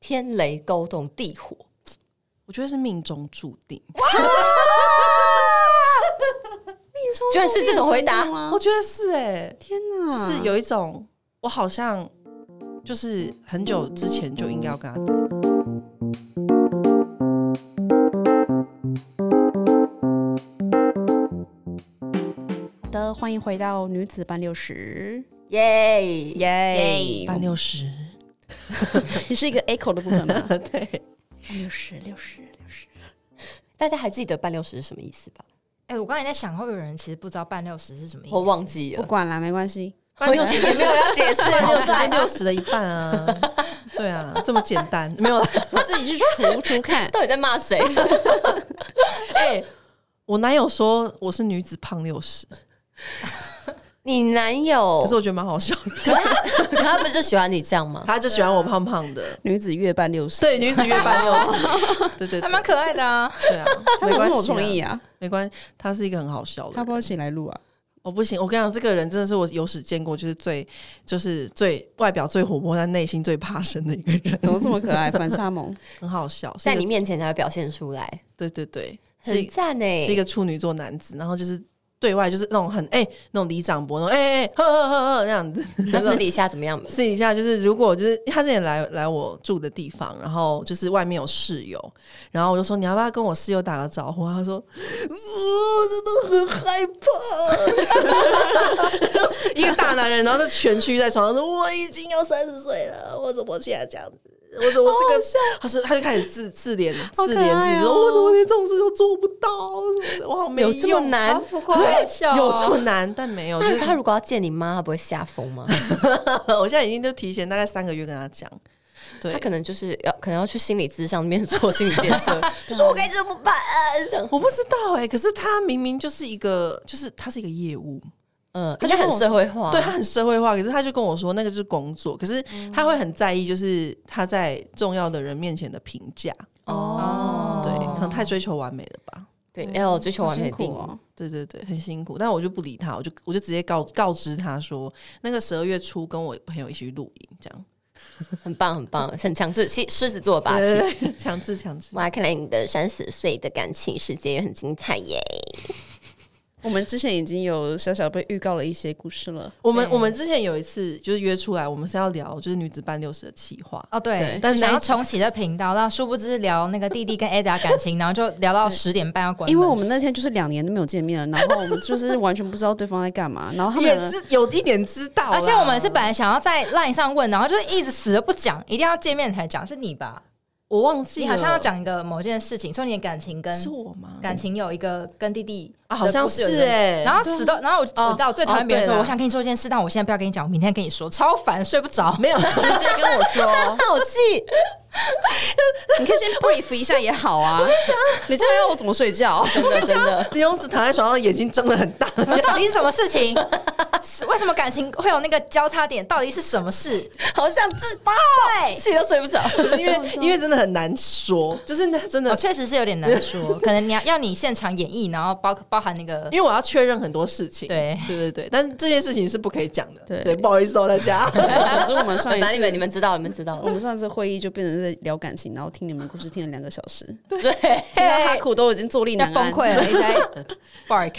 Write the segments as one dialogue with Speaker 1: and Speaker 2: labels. Speaker 1: 天雷勾动地火，
Speaker 2: 我觉得是命中注定。
Speaker 3: 哦
Speaker 1: 居然是这种回答，
Speaker 3: 吗
Speaker 2: 我？觉得是哎、
Speaker 3: 天哪，
Speaker 2: 就是有一种我好像就是很久之前就应该要跟他讲。
Speaker 3: 哎好的，呃欢迎回到女子班六十，
Speaker 1: 耶
Speaker 3: 耶！
Speaker 2: 半六十，
Speaker 3: 你 是一个 echo 的部分 吗？
Speaker 2: 对，
Speaker 3: 六十，六十，六十，
Speaker 1: 大家还记得半六十是什么意思吧？
Speaker 4: 哎、我刚才在想，会不会有人其实不知道半六十是什么意思？
Speaker 1: 我忘记
Speaker 3: 不
Speaker 1: 了，
Speaker 3: 管啦，没关系。
Speaker 2: 半六十
Speaker 1: 也没有要解 释，。
Speaker 2: 半六十是六十的一半 啊，对啊，这么简单，没有啦。
Speaker 3: 自己去除除看
Speaker 1: 到底在骂谁？
Speaker 2: 哎、我男友说我是女子胖六十，
Speaker 1: 你男
Speaker 3: 哦
Speaker 1: 友
Speaker 2: 可是我觉得蛮好笑 的，
Speaker 1: 可他不是喜欢你这样吗？
Speaker 2: 他就喜欢我胖胖的。
Speaker 3: 女子月半六十，
Speaker 2: 对，女子月半六十，对对
Speaker 4: 还
Speaker 2: 对
Speaker 4: 蛮可爱 的啊。
Speaker 2: 对啊，
Speaker 3: 他
Speaker 2: 没
Speaker 3: 怎么
Speaker 2: 关系
Speaker 3: 那么
Speaker 2: 啊，
Speaker 3: 有创意啊？
Speaker 2: 没关系，他是一个很好笑的
Speaker 3: 他
Speaker 2: 人。
Speaker 3: 不要一起来录啊？
Speaker 2: 我哦不行，我跟你讲，这个人真的是我有史见过，就是最就是最外表最活泼，但内心最怕生的一个人，
Speaker 3: 怎么这么可爱？反差 萌，
Speaker 2: 很好笑。是 一
Speaker 1: 在
Speaker 2: 个
Speaker 1: 你面前才会表现出来，
Speaker 2: 对对对，是
Speaker 1: 很
Speaker 2: 一
Speaker 1: 赞哎！
Speaker 2: 是一个处女座男子，然后就是对外就是那种很哎、那种李长伯那种哎哎呵呵呵呵那样子，
Speaker 1: 那私底下怎么样？
Speaker 2: 私底下就是，如果就是他之前来来我住的地方，然后就是外面有室友，然后我就说你要不要跟我室友打个招呼？他说，嗯我真的很害怕，一个大男人，然后就蜷曲在床上说我已经要三十岁了，我怎么现在这样子？我怎么这个？他说，他就开始自自怜
Speaker 3: 好
Speaker 2: 自
Speaker 3: 可
Speaker 2: 怜
Speaker 3: 爱
Speaker 2: 自己，说
Speaker 3: 哦
Speaker 2: 我怎么连这种事都做不到？什么的我好没啊
Speaker 1: 有这么
Speaker 2: 用啊
Speaker 1: 难？
Speaker 4: 浮夸好 笑哦
Speaker 2: 有这么难？但没有，就
Speaker 1: 那
Speaker 2: 是
Speaker 1: 他如果要见你妈，他不会吓疯吗？
Speaker 2: 我现在已经就提前大概三个月跟他讲，对
Speaker 1: 他，可能就是要可能要去心理咨商那边做心理建设，就说我该怎么办？这样，
Speaker 2: 我不知道哎、可是他明明就是一个，就是他是一个业务，
Speaker 1: 嗯，
Speaker 2: 他
Speaker 1: 他
Speaker 2: 就
Speaker 1: 就
Speaker 2: 跟
Speaker 1: 很
Speaker 2: 我
Speaker 1: 社会
Speaker 4: 哦
Speaker 1: 化，
Speaker 2: 对他很社会化，可是他就跟我说那个就是工作，可是他会很在意，就是他在重要的人面前的评价，
Speaker 1: 哦，
Speaker 2: 对，可能太追求完美了吧。
Speaker 1: 对，要追求
Speaker 3: 好
Speaker 1: 完美
Speaker 3: 辛
Speaker 1: 病
Speaker 3: 苦哦。
Speaker 2: 对对对，很辛苦，但我就不理他，我就我就直接告告知他说，那个十二月初跟我朋友一起去露营，这样
Speaker 1: 很棒很 棒，很强制，狮狮子座的霸气。
Speaker 2: 对对 对强制强制，
Speaker 1: 哇，看来你的三十岁的感情世界也很精彩耶！
Speaker 3: 我们之前已经有小小被预告了一些故事了，
Speaker 2: 我们我们之前有一次就是约出来，我们是要聊就是女子班六十的企划，
Speaker 4: 哦，对
Speaker 3: 对，
Speaker 2: 但
Speaker 4: 但
Speaker 2: 是
Speaker 4: 想
Speaker 2: 那
Speaker 4: 要
Speaker 2: 一
Speaker 4: 重启的频道，那殊不知聊那个弟弟跟 Ada 感情，然后就聊到十点半要关门，
Speaker 3: 因为我们那天就是两年都没有见面了，然后我们就是完全不知道对方在干嘛，然后他们两
Speaker 2: 也
Speaker 3: 个
Speaker 2: 是有一点知道啦，
Speaker 4: 而且我们是本来想要在 LINE 上问，然后就是一直死都不讲，一定要见面才讲，是你吧？
Speaker 2: 我忘记
Speaker 4: 你
Speaker 2: 了，
Speaker 4: 好像要讲一个某件事情，说你的感情跟
Speaker 2: 是我吗？
Speaker 4: 感情有一个跟弟弟
Speaker 2: 啊，好像
Speaker 4: 的故事有
Speaker 2: 是
Speaker 4: 关
Speaker 2: 哎、
Speaker 4: 然后死 都，然后我
Speaker 2: 哦
Speaker 4: 我知道我最讨厌别人
Speaker 2: 哦
Speaker 4: 说
Speaker 2: 对啦
Speaker 4: 我想跟你说一件事，但我现在不要跟你讲，我明天跟你说，超烦，睡不着。
Speaker 2: 没有，
Speaker 3: 直接跟我说，
Speaker 1: 好气，
Speaker 3: 你可以先 brief 一下也好啊，你这样要我怎么睡觉？
Speaker 1: 真的真的，
Speaker 2: 啊 李永子躺在床上，眼睛睁得很 大。
Speaker 4: 到底是什么事情？是为什么感情会有那个交叉点？到底是什么事？
Speaker 1: 好想知道，气都睡不 着。
Speaker 2: 不 是因
Speaker 4: 啊
Speaker 2: 为，因为真的很难说，就是那真的
Speaker 4: 我，哦确实是有点难说，可能你要要你现场演绎，然后包包含那个
Speaker 2: 因为我要确认很多事情。
Speaker 4: 对
Speaker 2: 对对对，但这件事情是不可以讲的。
Speaker 3: 对
Speaker 2: 不好意思哦，大 家。
Speaker 3: 总之我们上
Speaker 1: 反
Speaker 3: 一
Speaker 1: 正
Speaker 3: 次
Speaker 1: 你们你们知道，你们知道
Speaker 3: 我，们上次会议就变成在聊感情，然后听你们的故事听了两个小时，
Speaker 1: 对，
Speaker 3: 听到哈苦都已经坐立
Speaker 4: 要
Speaker 3: 难
Speaker 4: 崩
Speaker 3: 安。
Speaker 4: 溃了，一直在 bark。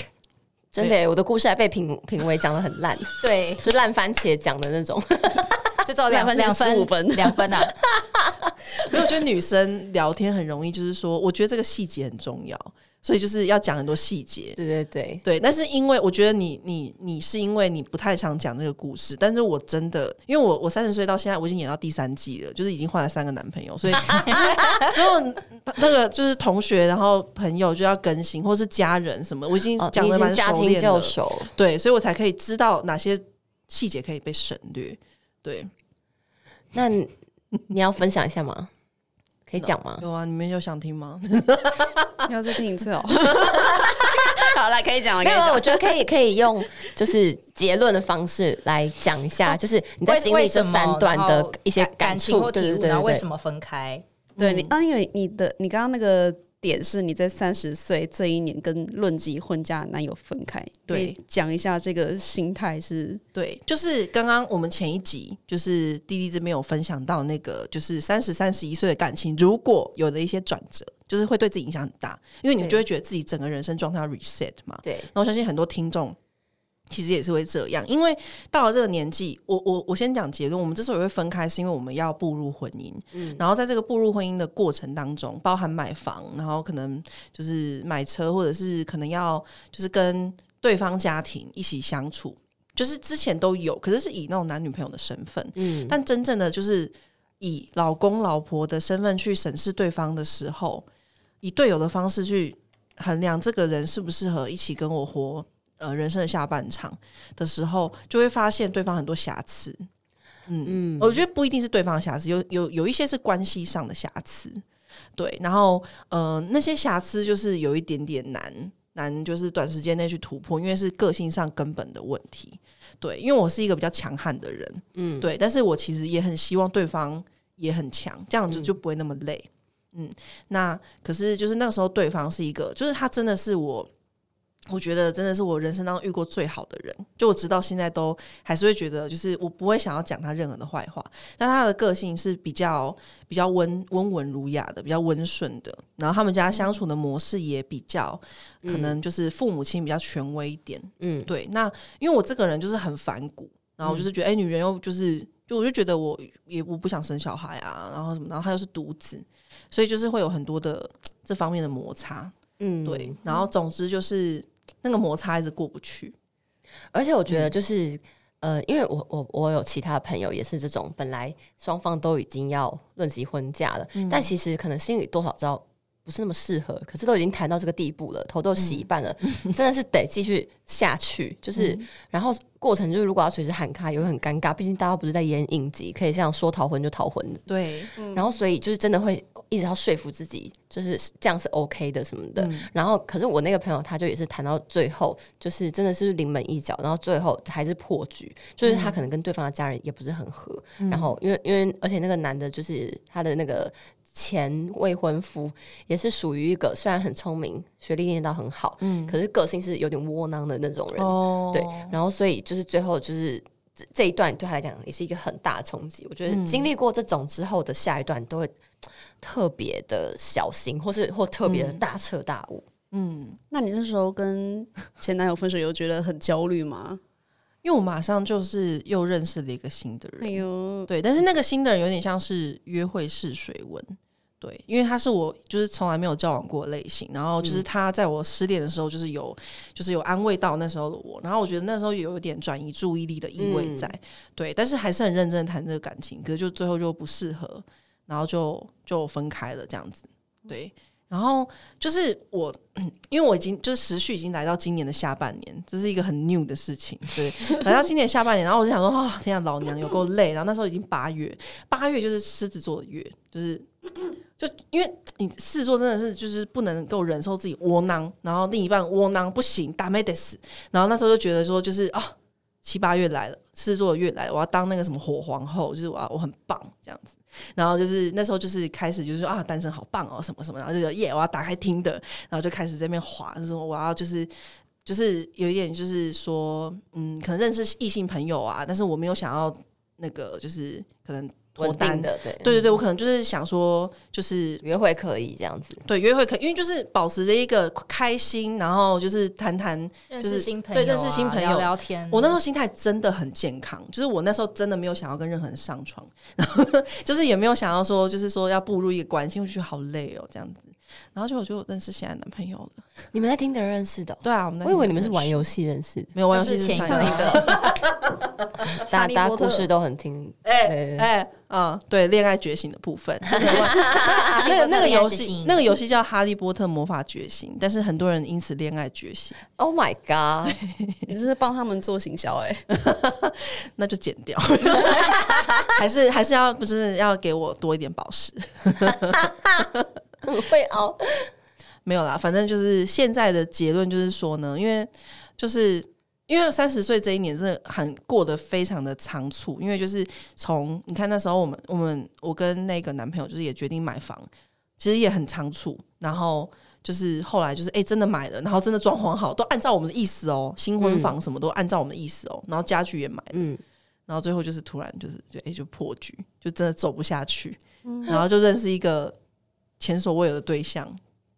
Speaker 1: 真的耶，我的故事还被评评委讲的很 烂，
Speaker 4: 对，
Speaker 1: 就烂番茄讲的那种。
Speaker 4: 就只有两
Speaker 3: 两
Speaker 4: 两
Speaker 3: 分15
Speaker 4: 分
Speaker 3: 分
Speaker 4: 两分啊！
Speaker 2: 没有，我觉得女生聊天很容易，就是说，我觉得这个细节很重要，所以就是要讲很多细 节。
Speaker 1: 对对对，
Speaker 2: 对，但是因为我觉得你你你是因为你不太常讲这个故事，但是我真的因为我我三十岁到现在我已经演到第三季了，就是已经换了三个男朋友，所以 就是所有那个就是同学，然后朋友就要更新，或是家人什么，我已经
Speaker 1: 哦，
Speaker 2: 讲
Speaker 1: 你已
Speaker 2: 的蛮
Speaker 1: 经驾
Speaker 2: 熟
Speaker 1: 轻
Speaker 2: 练
Speaker 1: 就
Speaker 2: 了，
Speaker 1: 熟，
Speaker 2: 对，所以我才可以知道哪些细节可以被省略。对，
Speaker 1: 那你你要分享一下吗？可以讲吗？
Speaker 2: 有啊，你们有想听吗？
Speaker 3: 要再听一次哦。 好了，可以
Speaker 4: 哦
Speaker 3: 讲了，可
Speaker 1: 没
Speaker 3: 以
Speaker 1: 有，啊
Speaker 3: 讲
Speaker 1: 我。觉得可以可以用 就是结论的方式来讲一下，就是你在经历这三段
Speaker 4: 哦为什
Speaker 1: 的
Speaker 4: 么
Speaker 1: 一些
Speaker 4: 感
Speaker 1: 感
Speaker 4: 情
Speaker 1: 触，
Speaker 4: 或
Speaker 1: 对
Speaker 4: 体
Speaker 1: 对
Speaker 4: 悟，
Speaker 1: 对
Speaker 4: 然后为
Speaker 1: 对
Speaker 3: 嗯
Speaker 4: 什么分开？
Speaker 3: 对你，啊，因为你的你刚刚那个点是你在三十岁这一年跟论及婚嫁的男友分开，
Speaker 2: 对，
Speaker 3: 讲一下这个心态是
Speaker 2: 对，就是刚刚我们前一集，就是弟弟这边有分享到那个，就是三十三十一岁的感情，如果有了一些转折，就是会对自己影响很大，因为你
Speaker 1: 对
Speaker 2: 就会觉得自己整个人生状态要 reset 嘛。
Speaker 1: 对，
Speaker 2: 那我相信很多听众其实也是会这样，因为到了这个年纪，我我我先讲结论，我们之所以会分开，是因为我们要步入婚姻，然后在这个步入婚姻的过程当中，包含买房，然后可能就是买车，或者是可能要就是跟对方家庭一起相处，就是之前都有，可是是以那种男女朋友的身份，
Speaker 1: 嗯，
Speaker 2: 但真正的就是以老公老婆的身份去审视对方的时候，以队友的方式去衡量这个人适不适合一起跟我活呃人生的下半场的时候，就会发现对方很多瑕疵。嗯嗯，我觉得不一定是对方的瑕疵，有有有一些是关系上的瑕疵。对，然后呃，那些瑕疵就是有一点点难难，就是短时间内去突破，因为是个性上根本的问题。对，因为我是一个比较强悍的人，嗯，对，但是我其实也很希望对方也很强，这样子就不会那么累。嗯，那可是就是那个时候，对方是一个，就是他真的是我，我觉得真的是我人生当中遇过最好的人。就我直到现在都还是会觉得，就是我不会想要讲他任何的坏话。但他的个性是比较比较温温文儒雅的，比较温顺的。然后他们家相处的模式也比较，可能就是父母亲比较权威一点。
Speaker 1: 嗯，
Speaker 2: 对，那因为我这个人就是很反骨，然后我就是觉得，哎、女人又就是，就我就觉得我也我不想生小孩啊，然后什么，然后她又是独子，所以就是会有很多的这方面的摩擦，
Speaker 1: 嗯
Speaker 2: 对，然后总之就是那个摩擦一直过不去，
Speaker 1: 而且我觉得就是、呃，因为我我我有其他朋友也是这种，本来双方都已经要论及婚嫁了，但其实可能心里多少知道不是那么适合，可是都已经谈到这个地步了，头都洗一半了，真的是得继续下去。就是、然后过程就是如果要随时喊卡，也会很尴尬，毕竟大家不是在演影集，可以这样说逃婚就逃婚的。
Speaker 2: 对，
Speaker 1: 然后所以就是真的会一直要说服自己，就是这样是 OK 的什么的。然后可是我那个朋友他就也是谈到最后，就是真的是临门一脚，然后最后还是破局，就是他可能跟对方的家人也不是很合。然后因为因为而且那个男的就是他的那个。前未婚夫也是属于一个虽然很聪明，学历念到很好，可是个性是有点窝囊的那种人，
Speaker 2: 哦
Speaker 1: 嗯对，然后所以就是最后就是这这一段对他来讲也是一个很大的冲击。我觉得经历过这种之后的下一段都会特别的小心，或是或特别的大彻大悟。
Speaker 2: 嗯，
Speaker 3: 那你那时候跟前男友分手有觉得很焦虑吗？
Speaker 2: 因为我马上就是又认识了一个新的人，
Speaker 3: 哎呦，
Speaker 2: 对，但是那个新的人有点像是约会试水温，对，因为他是我就是从来没有交往过的类型，然后就是他在我失恋的时候，就是有就是有安慰到那时候的我，然后我觉得那时候有一点转移注意力的意味在，对，但是还是很认真地谈这个感情，可是就最后就不适合，然后就就分开了这样子，对。然后就是我，因为我已经就是时序已经来到今年的下半年，这是一个很 new 的事情，对，来到今年下半年，然后我就想说，哦，天啊，老娘有够累。然后那时候已经八月，八月就是狮子座的月，就是就因为你狮子座真的是就是不能够忍受自己窝囊，然后另一半窝囊不行，打没得死。然后那时候就觉得说，就是啊、七八月来了，狮子座的月来了，我要当那个什么火皇后，就是我要我很棒这样子。然后就是那时候就是开始就是说啊，单身好棒哦，什么什么，然后就觉得耶，我要打开听的，然后就开始这边滑，就说我要就是。就是有一点，就是说，嗯，可能认识异性朋友啊，但是我没有想要那个，就是可能脱
Speaker 1: 稳定
Speaker 2: 单
Speaker 1: 的，对嗯
Speaker 2: 对对对，我可能就是想说，就是
Speaker 1: 约会可以这样子。
Speaker 2: 对约会可，因为就是保持着一个开心，然后就是谈谈。
Speaker 4: 认
Speaker 2: 就是
Speaker 4: 识新朋友啊，
Speaker 2: 对认识新朋友
Speaker 4: 聊聊天。
Speaker 2: 我那时 候心态真的很健康，就是我那时候真的没有想要跟任何人上床， 然后就是也没有想要说，就是说要步入一个关系，我就觉得好累哦这样子。然后就我就认识现在的男朋友了。
Speaker 1: 你们在听的人认识的哦、
Speaker 2: 对啊，我们那
Speaker 1: 我以
Speaker 2: 天
Speaker 1: 为你们是
Speaker 2: 认识
Speaker 1: 玩游戏认识的，
Speaker 2: 没有玩游
Speaker 4: 就
Speaker 2: 戏
Speaker 4: 是
Speaker 2: 是
Speaker 4: 前
Speaker 2: 上
Speaker 4: 上
Speaker 2: 一
Speaker 4: 一
Speaker 2: 个
Speaker 4: 个，
Speaker 1: 大
Speaker 3: 利
Speaker 1: 大家
Speaker 3: 波特
Speaker 1: 故事都很听。对
Speaker 2: 哎
Speaker 1: 对对
Speaker 2: 哎嗯，对恋爱觉醒的 部分，真的
Speaker 1: 啊
Speaker 2: 那个那个游戏，那个游戏叫《哈利波特魔法觉醒》，但是很多人因此恋爱觉醒，
Speaker 1: Oh my god！
Speaker 3: 你这是帮他们做行销哎、
Speaker 2: 那就剪掉， 还是还是要不是要给我多一点宝石？
Speaker 1: 很 会熬，
Speaker 2: 没有啦，反正就是现在的结论就是说呢，因为就是因为三十岁这一年真的很过得非常的仓促，因为就是从你看那时候我们我们我跟那个男朋友就是也决定买房，其实也很仓促，然后。就是后来就是哎、真的买了，然后真的装潢好，都按照我们的意思哦，新婚房什么都按照我们的意思哦，然后家具也买了，
Speaker 1: 嗯，
Speaker 2: 然后最后就是突然就是就哎、就破局，就真的走不下去，然后就认识一个前所未有的对象，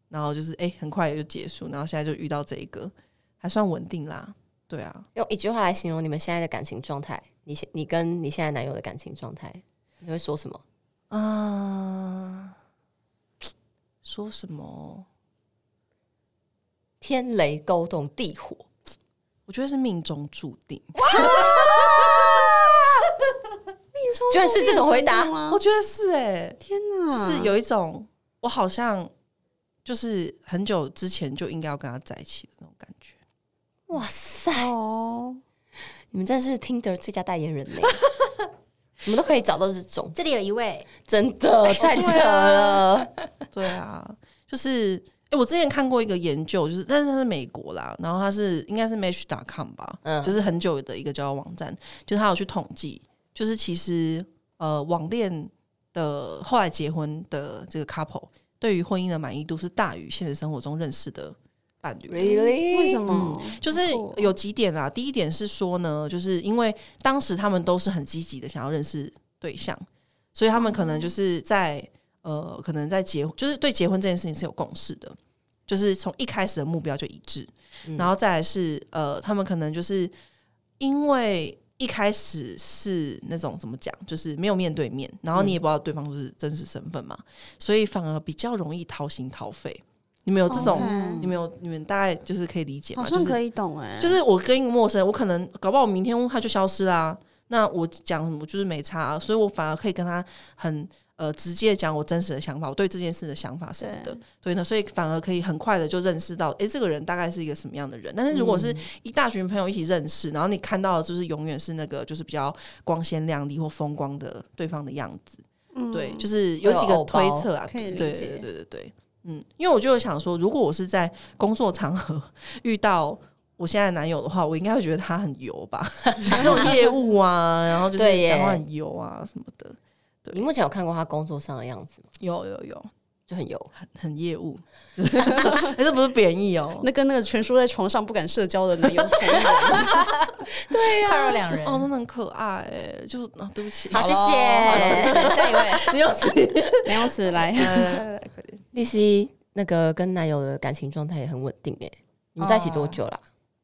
Speaker 2: 然后就是哎、很快也就结束，然后现在就遇到这一个，还算稳定啦，对啊，
Speaker 1: 用一句话来形容你们现在的感情状态，你现你跟你现在男友的感情状态，你会说什么？
Speaker 2: 啊、说什么？
Speaker 1: 天雷勾动地火，
Speaker 2: 我觉得是命中注定，
Speaker 1: 居然是这种回答，
Speaker 2: 我觉得是哎、
Speaker 3: 天哪，
Speaker 2: 就是有一种我好像就是很久之前就应该要跟他在一起的那种感觉。
Speaker 1: 哇塞！
Speaker 3: 哦，
Speaker 1: 你们真的是 Tinder 最佳代言人 呢，你们都可以找到这种，
Speaker 4: 这里有一位，
Speaker 1: 真的太扯了。
Speaker 2: 对啊，就是哎、诶我之前看过一个研究，就是但是它是美国啦，然后它是应该是 Match.com 吧，
Speaker 1: 嗯
Speaker 2: 就是很久的一个交友网站，就是它有去统计，就是其实呃网恋的后来结婚的这个 couple 对于婚姻的满意度是大于现实生活中认识的伴侣的。
Speaker 1: Really？
Speaker 3: 为什么？
Speaker 2: 就是
Speaker 3: 哦
Speaker 2: 有几点啦。第一点是说呢，就是因为当时他们都是很积极的想要认识对象，所以他们可
Speaker 3: 哦
Speaker 2: 能就是在、呃，可能在结，就是对结婚这件事情是有共识的，就是从一开始的目标就一致。
Speaker 1: 嗯
Speaker 2: 然后再来是呃，他们可能就是因为。一开始是那种怎么讲，就是没有面对面，然后你也不知道对方是真实身份嘛，所以反而比较容易掏心掏肺。你们有这
Speaker 1: 哦
Speaker 2: 种
Speaker 3: 哦
Speaker 1: 啊
Speaker 3: OK
Speaker 2: 你们有你们大概就是可以理解吗？
Speaker 3: 好像可
Speaker 2: 以、
Speaker 3: 以懂哎，
Speaker 2: 就是，就是我跟一个陌生人，我可能搞不好我明天他就消失啦、那我讲什么就是没差、啊，所以我反而可以跟他很呃直接讲我真实的想法，我对这件事的想法什么的。对呢，所以反而可以很快的就认识到，诶，这个人大概是一个什么样的人。但是如果是
Speaker 1: 嗯
Speaker 2: 一大群朋友一起认识，然后你看到的就是永远是那个就是比较光鲜亮丽或风光的对方的样子。
Speaker 3: 嗯
Speaker 2: 对，就是有几
Speaker 1: 会
Speaker 2: 个
Speaker 1: 有偶
Speaker 2: 推
Speaker 1: 包
Speaker 2: 测啊，
Speaker 3: 可
Speaker 2: 对
Speaker 3: 以理
Speaker 2: 对
Speaker 3: 解
Speaker 2: 对对对对，嗯，因为我就想说，如果我是在工作场合遇到我现在的男友的话，我应该会觉得他很油吧，这种业务啊，然后就
Speaker 1: 对
Speaker 2: 是
Speaker 1: 耶
Speaker 2: 讲话很油啊什么的，
Speaker 1: 你目前有看过他工作上的样子吗？
Speaker 2: 有有有，
Speaker 1: 就很油，
Speaker 2: 很很业务，哎这不是贬义哦，
Speaker 3: 那跟那个全说在床上不敢社交的男友是同 一人
Speaker 4: 对呀，判若两人。
Speaker 2: 哦，真的很可爱哎，就啊，对不起，
Speaker 1: 好，谢
Speaker 3: 好咯好咯谢
Speaker 1: 谢。
Speaker 3: 谢下一位
Speaker 2: 你又是，。
Speaker 3: 梁咏慈
Speaker 2: 哎
Speaker 3: 来
Speaker 2: 来来来来快点，
Speaker 1: 丽西那个跟男友的感情状态也很稳定诶，你们在一起多久啦？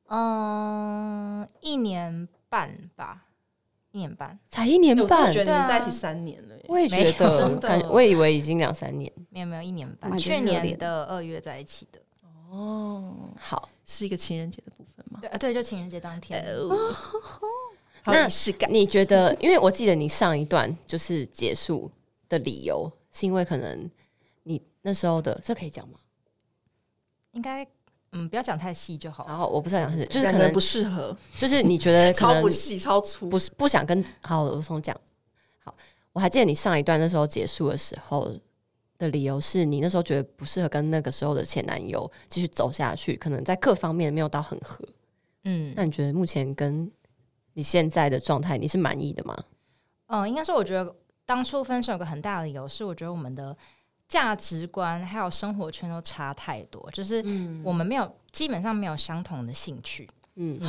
Speaker 4: 嗯，一年半吧，一年半
Speaker 1: 才一年
Speaker 2: 哎我真的
Speaker 1: 半，
Speaker 2: 觉得你们在一起
Speaker 4: 对啊
Speaker 2: 三年了耶，
Speaker 1: 我也觉
Speaker 4: 没有
Speaker 1: 得
Speaker 2: 真，的
Speaker 1: 感我以为已经两三年。
Speaker 4: 没有没有一年
Speaker 3: 哇
Speaker 4: 半，
Speaker 3: 你
Speaker 4: 去
Speaker 3: 真热烈
Speaker 4: 年的二月在一起的。
Speaker 2: 哦，
Speaker 1: 好，
Speaker 2: 是一个情人节的部分吗？
Speaker 4: 对啊，对，就情人节当天。
Speaker 2: 哦好有仪式感。
Speaker 1: 你觉得？因为我记得你上一段就是结束的理由，是因为可能你那时候的这可以讲吗？
Speaker 4: 应该嗯，不要讲太细就好。
Speaker 1: 然后我不是很想是，就是
Speaker 2: 两
Speaker 1: 可
Speaker 2: 个人
Speaker 1: 能
Speaker 2: 不适合，
Speaker 1: 就是你觉得可
Speaker 2: 超
Speaker 1: 能
Speaker 2: 不细超粗
Speaker 1: 不，是不想跟好，我重讲。好，我还记得你上一段那时候结束的时候的理由是你那时候觉得不适合跟那个时候的前男友继续走下去，可能在各方面没有到很合。
Speaker 4: 嗯
Speaker 1: 那你觉得目前跟你现在的状态，你是满意的吗？
Speaker 4: 嗯，应该说，我觉得当初分手有个很大的理由是，我觉得我们的价值观还有生活圈都差太多，就是我们没有基本上没有相同的兴趣。
Speaker 1: 嗯，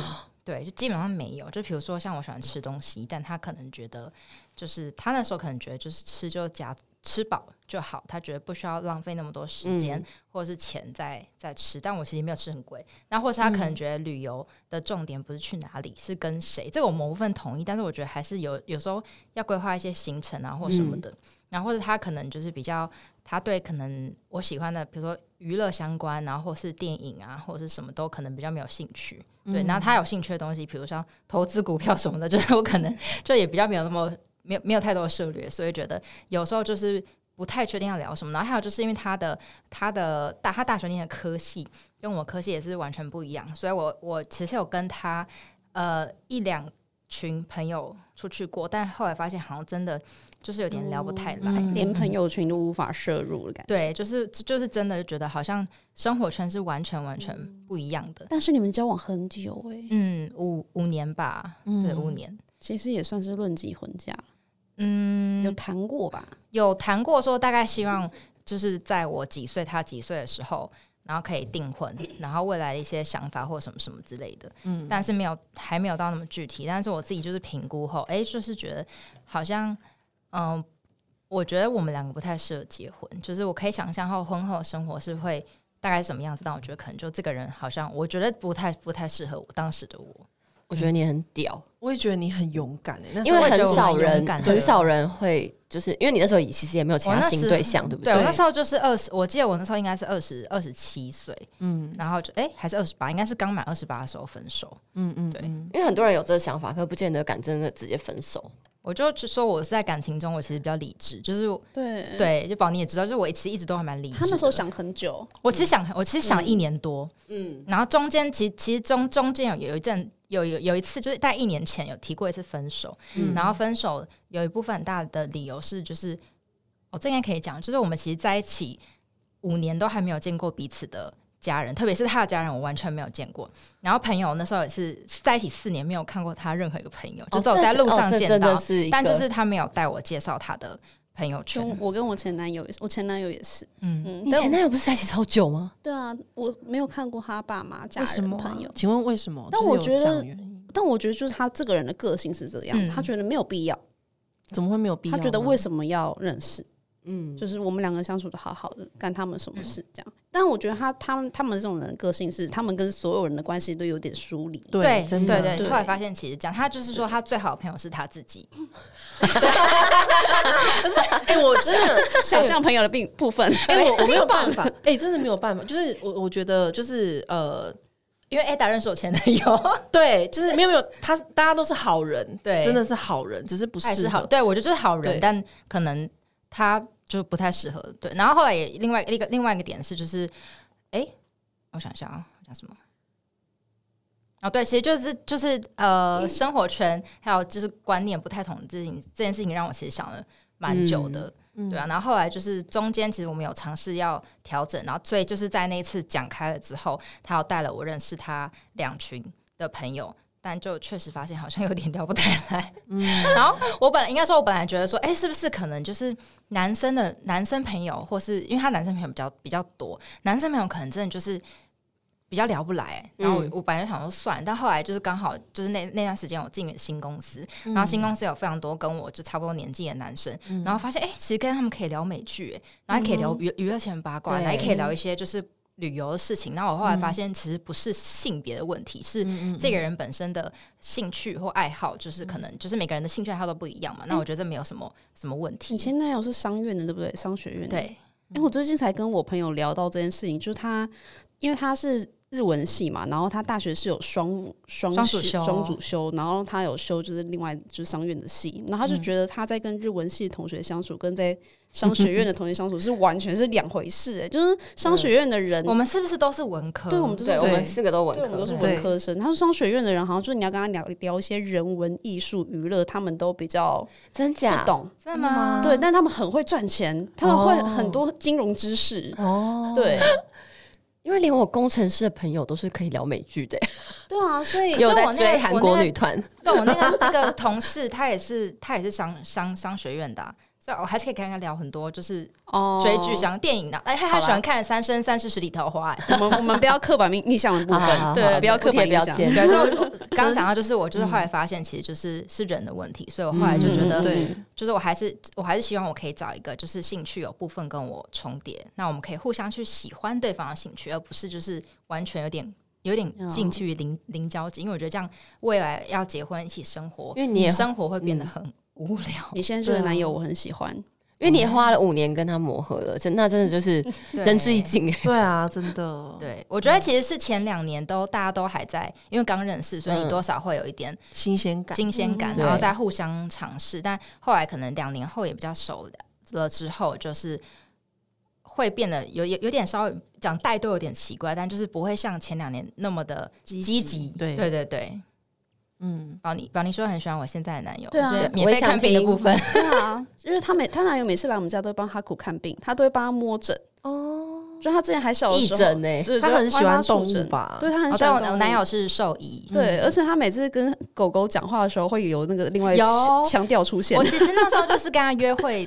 Speaker 4: 对，就基本上没有。就比如说，像我喜欢吃东西，但他可能觉得，就是他那时候可能觉得，就是吃就夹吃饱就好，他觉得不需要浪费那么多时间、
Speaker 1: 嗯
Speaker 4: 或者是钱在在吃。但我其实没有吃很贵。那或是他可能觉得旅游的重点不是去哪里，是跟谁，这个我某部分同意，但是我觉得还是有有时候要规划一些行程啊或什么的。然后或者他可能就是比较，他对可能我喜欢的，比如说娱乐相关，然后或是电影啊，或者是什么都可能比较没有兴趣。对，
Speaker 2: 嗯
Speaker 4: 然后他有兴趣的东西，比如像投资股票什么的，就是我 可能就也比较没有那么没有没有太多的涉略，所以觉得有时候就是不太确定要聊什么。然后还有就是因为他的他的大他大学念的科系跟我科系也是完全不一样，所以我我其实有跟他呃一两群朋友出去过，但后来发现好像真的就是有点聊不太来，
Speaker 3: 连朋友群都无法摄入的感觉。
Speaker 4: 对，就是就是真的觉得好像生活圈是完全完全不一样的。
Speaker 3: 但是你们交往很久哎、
Speaker 4: 嗯，五五年吧，对，五年。
Speaker 3: 其实也算是论及婚嫁，
Speaker 4: 嗯，
Speaker 3: 有谈过吧？
Speaker 4: 有谈过说大概希望就是在我几岁他几岁的时候，然后可以订婚，然后未来的一些想法或什么什么之类的。嗯，但是没有还没有到那么具体，但是我自己就是评估后，哎、就是觉得好像，嗯、我觉得我们两个不太适合结婚，就是我可以想象后婚后生活是会。大概是什么样子？但我觉得可能就这个人好像，我觉得不太不太适合我当时的我。
Speaker 1: 我觉得你很屌，
Speaker 2: 我也觉得你很勇敢欸诶、那时
Speaker 1: 因
Speaker 2: 候
Speaker 1: 为
Speaker 2: 我觉
Speaker 1: 很
Speaker 2: 得我
Speaker 1: 少
Speaker 2: 蛮
Speaker 1: 人
Speaker 2: 勇敢，的
Speaker 1: 很少人会，就是因为你那时候其实也没有其
Speaker 4: 我
Speaker 1: 他
Speaker 4: 那
Speaker 1: 新
Speaker 4: 时
Speaker 1: 对象，对不
Speaker 4: 对我
Speaker 1: 对
Speaker 4: 那时候就是二十，我记得我那时候应该是二十二十七岁，嗯，然后就哎、还是二十八，应该是刚满二十八的时候分手。
Speaker 2: 嗯嗯，
Speaker 4: 对
Speaker 2: 嗯
Speaker 1: 因为很多人有这个想法，可不见得敢真的直接分手。
Speaker 4: 我就只说我是在感情中，我其实比较理智，就是我
Speaker 3: 对，
Speaker 4: 对，就宝妮也知道，就是我其实一直都还蛮理智。
Speaker 3: 他那时候，想很久，
Speaker 4: 我其实想，我其实想了一年多，
Speaker 1: 嗯，
Speaker 4: 然后中间其其实中中间有有一阵有有有一次，就是大概一年前有提过一次分手，
Speaker 1: 嗯
Speaker 4: 然后分手有一部分很大的理由是，就是哦，这应该可以讲，就是我们其实在一起五年都还没有见过彼此的家人，特别是他的家人，我完全没有见过。然后朋友那时候也是在一起四年，没有看过他任何一个朋
Speaker 1: 哦
Speaker 4: 友，就只有在路上见
Speaker 1: 真
Speaker 4: 到，
Speaker 1: 的是一个，
Speaker 4: 但就是他没有带我介绍他的朋友圈
Speaker 3: 跟。我跟我前男友也是，我前男友也是，
Speaker 4: 嗯，
Speaker 3: 嗯，
Speaker 1: 你
Speaker 3: 但
Speaker 1: 前男友不是在一起超久吗？
Speaker 3: 对啊，我没有看过他爸妈、家
Speaker 2: 为什
Speaker 3: 人、
Speaker 2: 么啊
Speaker 3: 朋友？，
Speaker 2: 请问为什么？
Speaker 3: 但
Speaker 2: 就是
Speaker 3: 我
Speaker 2: 有
Speaker 3: 觉
Speaker 2: 这样
Speaker 3: 得
Speaker 2: 的原因
Speaker 3: 但我觉得就是他这个人的个性是这个样子，
Speaker 4: 嗯
Speaker 3: 他觉得没有必要，
Speaker 2: 怎么会没有必要
Speaker 3: 他
Speaker 2: 呢？
Speaker 3: 觉得为什么要认识？
Speaker 1: 嗯，
Speaker 3: 就是我们两个相处的好好的，干他们
Speaker 2: 嗯
Speaker 3: 什么事这样？但我觉得他他们他们这种人的个性是，他们跟所有人的关系都有点疏离。
Speaker 2: 对
Speaker 4: 对
Speaker 2: 真的
Speaker 4: 对
Speaker 3: 对
Speaker 4: 后来发现其实这样，他就是说他最好的朋友是他自己，
Speaker 2: 哎、我真的
Speaker 3: 想象朋友的病部分，
Speaker 2: 哎、我我没有办法，哎、真的没有办法，就是我我觉得就是呃，
Speaker 4: 因为 Ada 认识我前男友，
Speaker 2: 对，就是没有没有，他大家都是好人，
Speaker 4: 对
Speaker 2: 真的是好人，只是不
Speaker 4: 他也是
Speaker 2: 适
Speaker 4: 好，
Speaker 2: 合。
Speaker 4: 对我觉得就是好人
Speaker 2: 对，
Speaker 4: 但可能他就不太适合。对，然后后来也另外一个另外一个点是，就是哎、诶我想一下啊，我讲什么？哦，对，其实就是就是呃，生活圈还有就是观念不太同这件这件事情，让我其实想了蛮久的，
Speaker 2: 嗯
Speaker 4: 对啊。然后后来就是中间其实我们有尝试要调整，然后所以就是在那一次讲开了之后，他有带了我认识他两群的朋友，但就确实发现好像有点聊不太来。 然后我本来应该说，我本来觉得说，哎、是不是可能就是男生的男生朋友，或是因为他男生朋友比较比较多，男生朋友可能真的就是比较聊不来。然后我,、
Speaker 1: 嗯
Speaker 4: 我本来就想说算，但后来就是刚好就是那那段时间我进了新公司，然后新公司有非常多跟我就差不多年纪的男生，
Speaker 3: 嗯
Speaker 4: 然后发现哎、诶其实跟他们可以聊美剧、诶然后也可以聊娱娱乐圈八卦，
Speaker 1: 对
Speaker 4: 然后也可以聊一些就是旅游的事情。然后我后来发现，其实不是性别的问题，是
Speaker 3: 嗯
Speaker 4: 这个人本身的兴趣或爱好，就是可能就是每个人的兴趣爱好都不一样嘛。那我觉得这没有什么什么问题
Speaker 3: 你。哎前男友是商院的，对不对？商学院的。
Speaker 4: 对，
Speaker 3: 哎、我最近才跟我朋友聊到这件事情，就是他，因为他是日文系嘛，然后他大学是有双双
Speaker 4: 双主修
Speaker 3: 双主修，然后他有修就是另外就是商院的系，然后
Speaker 4: 嗯
Speaker 3: 他就觉得他在跟日文系的同学相处，跟在商学院的同学相处是完全是两回事、哎，就是商学院的人，
Speaker 4: 嗯我们是不是都是文科？
Speaker 3: 对我们就是
Speaker 1: 对，我
Speaker 2: 对
Speaker 1: 们四个都文
Speaker 3: 对，我们
Speaker 1: 科
Speaker 3: 都是，
Speaker 2: 对
Speaker 3: 文科生。他说商学院的人好像就是你要跟他聊聊一些人文、艺术、娱乐，他们都比较
Speaker 1: 真
Speaker 3: 不
Speaker 1: 假？
Speaker 3: 懂。
Speaker 4: 真的吗？
Speaker 3: 对，但他们很会赚钱，他们会
Speaker 2: 哦
Speaker 3: 很多金融知识。
Speaker 2: 哦，
Speaker 3: 对，
Speaker 1: 因为连我工程师的朋友都是可以聊美剧的，
Speaker 3: 对啊，所以
Speaker 1: 有
Speaker 4: 我那
Speaker 1: 在
Speaker 4: 个
Speaker 1: 追韩
Speaker 4: 我
Speaker 1: 国
Speaker 4: 那个
Speaker 1: 女团，
Speaker 4: 对我那个 那个同事，他也是他也是商商商学院的啊、所以我还是可以跟他聊很多，就是
Speaker 3: 哦
Speaker 4: 追剧、像电影的、哎，他他
Speaker 3: 好啦啊
Speaker 4: 喜欢看《三生三世十里桃花、哎
Speaker 3: 我们我们不要刻板印印象的部
Speaker 1: 好好啊好
Speaker 3: 分，
Speaker 1: 对
Speaker 3: 不要刻
Speaker 1: 不贴
Speaker 3: 板印
Speaker 1: 标
Speaker 3: 象。
Speaker 1: 签
Speaker 4: 对，所以我我刚刚讲到，就是我就是后来发现，其实就是是人的问题，所以我后来就觉
Speaker 3: 嗯嗯嗯
Speaker 4: 得，
Speaker 2: 对
Speaker 4: 就是我还是我还是希望我可以找一个就是兴趣有部分跟我重叠，那我们可以互相去喜欢对方的兴趣，而不是就是完全有点有点
Speaker 1: 嗯
Speaker 4: 近距离零零交集，因为我觉得这样未来要结婚一起生活，
Speaker 1: 因为你也嗯
Speaker 4: 生活会变得很无聊。
Speaker 3: 你现在这个男友我很喜欢，
Speaker 1: 因为你也花了五年跟他磨合了，真那真的就是
Speaker 4: 对
Speaker 1: 仁至义尽哎。
Speaker 2: 对啊，真的，
Speaker 4: 对，我觉得其实是前两年都大家都还在，因为刚认识，所以你
Speaker 1: 嗯
Speaker 4: 多少会有一点
Speaker 2: 新鲜感，
Speaker 4: 新鲜感，
Speaker 1: 对
Speaker 4: 然后再互相尝试。但后来可能两年后也比较熟了之后，就是会变得有有有点稍微讲带都有点奇怪，但就是不会像前两年那么的
Speaker 2: 积
Speaker 4: 积极。
Speaker 2: 对
Speaker 4: 对对对，
Speaker 2: 嗯，
Speaker 4: 宝妮宝妮说很喜欢我现在的男友，
Speaker 3: 对啊
Speaker 4: 所以
Speaker 1: 对
Speaker 4: 免
Speaker 1: 我也
Speaker 4: 费
Speaker 1: 想
Speaker 4: 看病的
Speaker 1: 听
Speaker 4: 部分，
Speaker 3: 对啊，因为他每他男友每次来我们家都会帮哈苦看病，他都会帮他摸诊，
Speaker 2: 哦，
Speaker 3: 就他之前还小的
Speaker 1: 义
Speaker 3: 时候，
Speaker 1: 诊欸呢，
Speaker 3: 就是
Speaker 2: 他很喜欢动
Speaker 3: 花花树
Speaker 2: 物
Speaker 3: 疹
Speaker 2: 吧？
Speaker 3: 对他很
Speaker 4: 哦
Speaker 3: 喜
Speaker 4: 对
Speaker 3: 欢
Speaker 4: 我
Speaker 3: 动物
Speaker 4: 我男友嗯是兽医，
Speaker 3: 对，而且他每次跟狗狗讲话的时候，会有那个另外一
Speaker 4: 有
Speaker 3: 腔腔调出现
Speaker 4: 我。其实那时候就是跟他约 会，